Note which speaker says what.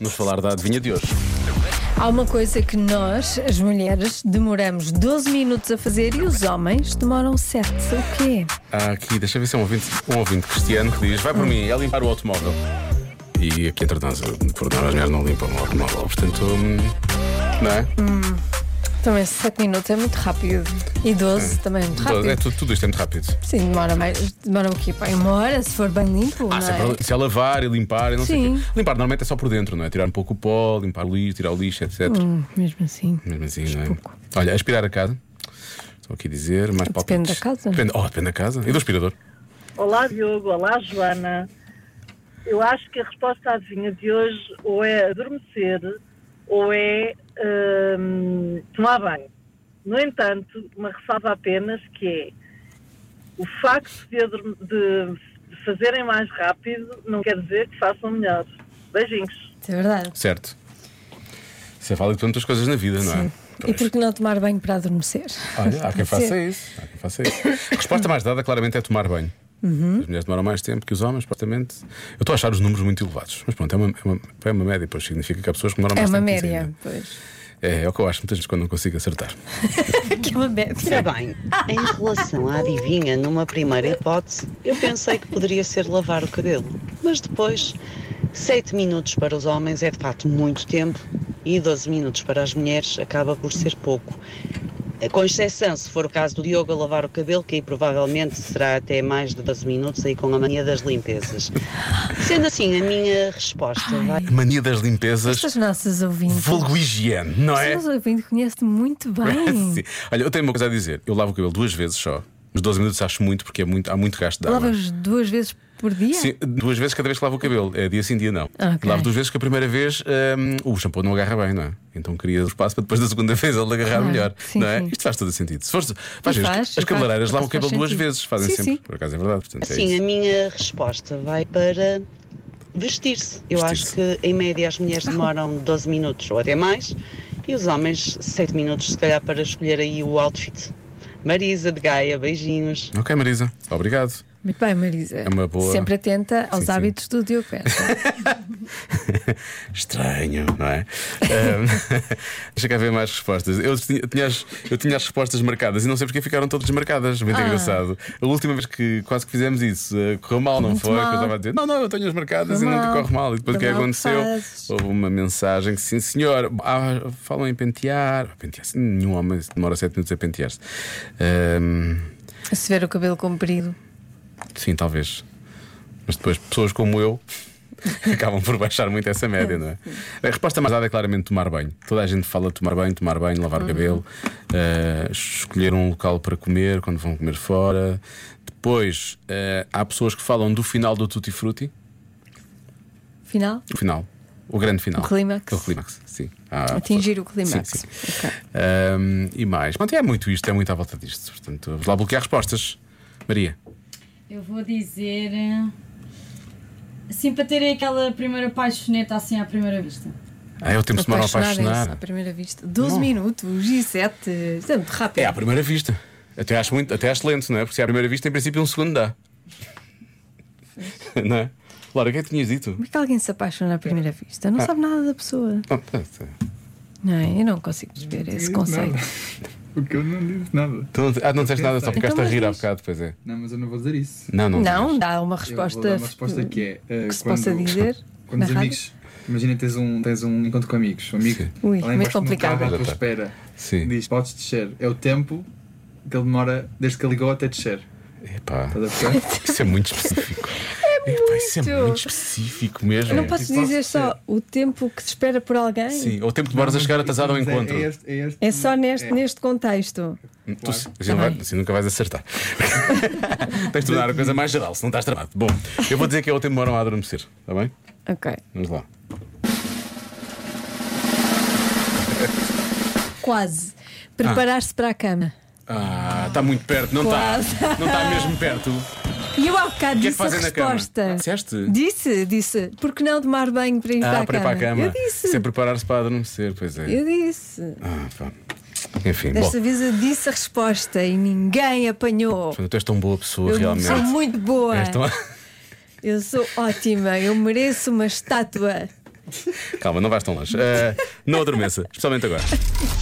Speaker 1: Vamos falar da adivinha de hoje.
Speaker 2: Há uma coisa que nós, as mulheres, demoramos 12 minutos a fazer e os homens demoram 7. O quê?
Speaker 1: Há aqui, deixa eu ver se é um ouvinte, um ouvinte cristiano que diz: vai por mim, é limpar o automóvel. E aqui entre nós, por nós, as mulheres não limpam o automóvel. Portanto, hum, não é?
Speaker 2: Hum. Também 7 minutos é muito rápido. E 12 também é muito
Speaker 1: Tudo- é
Speaker 2: rápido.
Speaker 1: tudo, tudo isto é muito rápido.
Speaker 2: Sim, demora mais. Demora o quê? Pai, uma hora, se for bem limpo.
Speaker 1: Ah,
Speaker 2: não
Speaker 1: se é
Speaker 2: é?
Speaker 1: para- se é lavar e limpar e não sei o quê.
Speaker 2: Sim.
Speaker 1: Limpar normalmente é só por dentro, não é? Tirar um pouco o pó, limpar o lixo, tirar o lixo, etc.
Speaker 2: Hum, mesmo assim.
Speaker 1: Mesmo assim, não é?
Speaker 2: pouco.
Speaker 1: Olha, aspirar a casa. Estou aqui a dizer, mais
Speaker 2: Depende
Speaker 1: palpites.
Speaker 2: da casa.
Speaker 1: Depende, oh, depende da casa. E do aspirador.
Speaker 3: Olá Diogo, olá Joana. Eu acho que a resposta à adivinha de hoje ou é adormecer ou é hum, tomar banho. No entanto, uma ressalva apenas que é o facto de, adorme- de- de fazerem mais rápido não quer dizer que façam melhor. Beijinhos.
Speaker 2: É verdade.
Speaker 1: Certo. Isso é válido para muitas coisas na vida, não é?
Speaker 2: Sim. E por que não tomar banho para adormecer?
Speaker 1: Olha, há quem
Speaker 2: Pode
Speaker 1: faça
Speaker 2: ser.
Speaker 1: isso. Há quem faça isso. A resposta mais dada, claramente, é tomar banho.
Speaker 2: Uhum.
Speaker 1: As mulheres demoram mais tempo que os homens, praticamente. Eu estou a achar os números muito elevados. Mas pronto, é uma, é uma, é uma média, pois significa que há pessoas que demoram
Speaker 2: É
Speaker 1: mais
Speaker 2: uma
Speaker 1: tempo. que isso
Speaker 2: média,
Speaker 1: ainda.
Speaker 2: pois.
Speaker 1: É, é o que eu acho muitas vezes quando não consigo acertar.
Speaker 2: Que é uma média.
Speaker 4: Ora bem, em relação à adivinha, numa primeira hipótese, eu pensei que poderia ser lavar o cabelo. Mas depois, 7 minutos para os homens é de facto muito tempo e 12 minutos para as mulheres acaba por ser pouco. Com exceção, se for o caso do Diogo a lavar o cabelo, que aí provavelmente será até mais de 12 minutos aí com a mania das limpezas. Sendo assim, a minha resposta vai.
Speaker 1: A mania das limpezas,
Speaker 2: Estas nossas ouvintes.
Speaker 1: vulgo higiene, não é?
Speaker 2: Estas ouvintes conhecem-te muito bem.
Speaker 1: Sim. tá Olha, eu tenho uma coisa a dizer. Eu lavo o cabelo duas vezes só. Os 12 minutos acho muito porque é muito, há muito gasto de água.
Speaker 2: Lavas duas vezes por dia?
Speaker 1: Sim, duas vezes cada vez que lavo o cabelo. É dia sim, dia não.
Speaker 2: Ok.
Speaker 1: Lavo duas vezes que a primeira vez hum, o shampoo não agarra bem, não é? Então queria espaço para depois da segunda vez ele agarrar
Speaker 2: Claro.
Speaker 1: melhor.
Speaker 2: Sim,
Speaker 1: não é?
Speaker 2: sim.
Speaker 1: Isto faz todo o sentido. Se fores, faz,
Speaker 2: faz,
Speaker 1: as, as
Speaker 2: faz.
Speaker 1: cabeleireiras
Speaker 2: Por
Speaker 1: lavam o cabelo
Speaker 2: acaso faz
Speaker 1: duas
Speaker 2: sentido.
Speaker 1: vezes, fazem
Speaker 2: Sim,
Speaker 1: sempre.
Speaker 2: sim.
Speaker 1: Por acaso é verdade. Portanto, é
Speaker 4: Sim, Assim, a
Speaker 1: isso.
Speaker 4: minha resposta vai para vestir-se. Eu acho que em média as mulheres
Speaker 1: Então.
Speaker 4: demoram 12 minutos ou até mais e os homens 7 minutos, se calhar, para escolher aí o outfit. Marisa de Gaia, beijinhos.
Speaker 1: Ok, Marisa, obrigado.
Speaker 2: Muito bem, Marisa. É
Speaker 1: uma boa-
Speaker 2: Sempre atenta aos
Speaker 1: Sim, sim.
Speaker 2: hábitos do Diogo Peça.
Speaker 1: Estranho, não é? Ahm, Deixa cá ver mais respostas. Eu tinha, eu tinha as, eu tinha as respostas marcadas e não sei porque ficaram todas marcadas. Muito
Speaker 2: Ah.
Speaker 1: engraçado. A última vez que quase que fizemos isso, eh, correu mal, não
Speaker 2: Muito
Speaker 1: foi?
Speaker 2: mal.
Speaker 1: Que eu estava a dizer, não, não, eu tenho as marcadas
Speaker 2: Correu
Speaker 1: e nunca
Speaker 2: mal.
Speaker 1: corre mal. E depois o que
Speaker 2: Correu mal,
Speaker 1: aconteceu?
Speaker 2: fazes.
Speaker 1: Houve uma mensagem que, sim, senhor, ah, falam em pentear. pentear nenhum homem demora 7 minutos a pentear-se. Ahm,
Speaker 2: Se ver o cabelo comprido.
Speaker 1: Sim, talvez. Mas depois, pessoas como eu acabam por baixar muito essa média, não é? A resposta mais dada é claramente tomar banho. Toda a gente fala de tomar banho, tomar banho,
Speaker 2: Uhum.
Speaker 1: lavar o cabelo, eh, escolher um local para comer quando vão comer fora. Depois, eh, há pessoas que falam do final do Tutti Frutti.
Speaker 2: Final?
Speaker 1: O final. O grande final. É
Speaker 2: O clímax.
Speaker 1: O clímax, sim. Há
Speaker 2: Atingir o
Speaker 1: pessoas-
Speaker 2: clímax.
Speaker 1: Ah, Sim, sim.
Speaker 2: Ok.
Speaker 1: Ahm, e mais. Pronto, é muito isto, é muito à volta disto. Portanto, vamos lá bloquear respostas. Maria.
Speaker 5: Eu vou dizer. eh, Assim, para terem aquela primeira paixoneta assim à primeira vista.
Speaker 1: Ah, é o tempo de se demora a
Speaker 2: Apaixonarem-se
Speaker 1: apaixonar.
Speaker 2: à primeira vista. 12 minutos e 7. Isso é muito rápido.
Speaker 1: É à primeira vista. Até acho, muito, até acho lento, não é? Porque se é à primeira vista, em princípio, um segundo dá. não é? Laura, o que é que tinhas dito?
Speaker 2: Como é que alguém se apaixona à primeira vista?
Speaker 1: É.
Speaker 2: Não sabe nada da pessoa.
Speaker 1: Não, tá-
Speaker 2: Não, é? eu não consigo ver esse
Speaker 6: disse
Speaker 2: conceito.
Speaker 6: nada. Porque eu não disse nada.
Speaker 1: tu não- ah, não disseste nada, só ficaste
Speaker 2: Então,
Speaker 1: a
Speaker 2: mas
Speaker 1: rir há
Speaker 2: diz.
Speaker 1: bocado, pois é.
Speaker 6: Não, mas eu não vou dizer isso.
Speaker 1: Não, não.
Speaker 2: Não,
Speaker 1: disseste.
Speaker 2: dá uma
Speaker 6: Eu vou
Speaker 2: resposta,
Speaker 6: dar uma resposta que é. eh,
Speaker 2: que se possa
Speaker 6: quando-
Speaker 2: dizer.
Speaker 6: Quando
Speaker 2: na
Speaker 6: os
Speaker 2: rádio.
Speaker 6: amigos. Imagina tens um, tens um encontro com amigos. Um amigo.
Speaker 1: Sim.
Speaker 2: Ui,
Speaker 6: lá
Speaker 2: muito
Speaker 6: embaixo num
Speaker 2: complicado.
Speaker 6: carro à
Speaker 1: Já
Speaker 6: tua
Speaker 1: tá.
Speaker 6: espera.
Speaker 1: Sim.
Speaker 6: Diz: podes descer. É o tempo que ele demora desde que ele ligou até descer.
Speaker 1: Epá,
Speaker 6: Estás a perceber?
Speaker 1: isso é muito específico. É Epá, isso é
Speaker 2: muito.
Speaker 1: muito específico mesmo.
Speaker 2: Eu não posso
Speaker 6: Tipo, posso
Speaker 2: dizer só o tempo que se espera por alguém.
Speaker 1: Sim, ou o tempo de demoras a chegar atrasado ao
Speaker 6: Mas é-
Speaker 1: encontro.
Speaker 6: É, este, é, este-
Speaker 2: É só neste,
Speaker 6: é.
Speaker 2: neste contexto.
Speaker 1: Tu, assim, não vai- assim nunca vais acertar. Tens de tornar a coisa mais geral, se não estás travado. Bom, eu vou dizer que é o tempo que demoram a adormecer, está bem?
Speaker 2: Ok.
Speaker 1: Vamos lá.
Speaker 2: Quase. Preparar-se para a cama.
Speaker 1: Ah, está muito perto, não está?
Speaker 2: Quase.
Speaker 1: Não está mesmo perto.
Speaker 2: E eu há bocado
Speaker 1: que é que
Speaker 2: disse a
Speaker 1: fazem na cama?
Speaker 2: resposta.
Speaker 1: Disseste?
Speaker 2: Disse, disse. Porque não tomar banho para ir,
Speaker 1: Ah,
Speaker 2: para,
Speaker 1: para
Speaker 2: a
Speaker 1: ir para a cama.
Speaker 2: tá Eu disse.
Speaker 1: Isso é preparar-se para adormecer, pois é.
Speaker 2: Eu disse.
Speaker 1: Ah, pá. Enfim, bom,
Speaker 2: Desta vez eu disse a resposta e ninguém apanhou.
Speaker 1: tu és tão boa pessoa,
Speaker 2: Eu
Speaker 1: realmente. É,
Speaker 2: sou muito boa.
Speaker 1: És tão-
Speaker 2: Eu sou ótima. Eu mereço uma estátua.
Speaker 1: Calma, não vais tão longe. Eh, não adormeça, Ah, especialmente agora.